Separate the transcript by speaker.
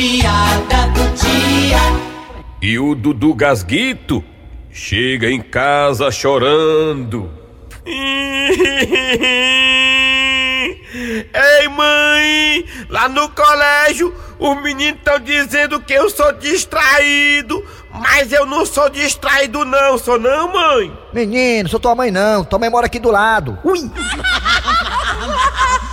Speaker 1: piada do dia.
Speaker 2: E o Dudu Gasguito chega em casa chorando.
Speaker 3: Ei, mãe! Lá no colégio, os meninos estão dizendo que eu sou distraído, mas eu não sou distraído, não, sou não, mãe!
Speaker 4: Menino, sou tua mãe não, tua mãe mora aqui do lado.
Speaker 3: Ui!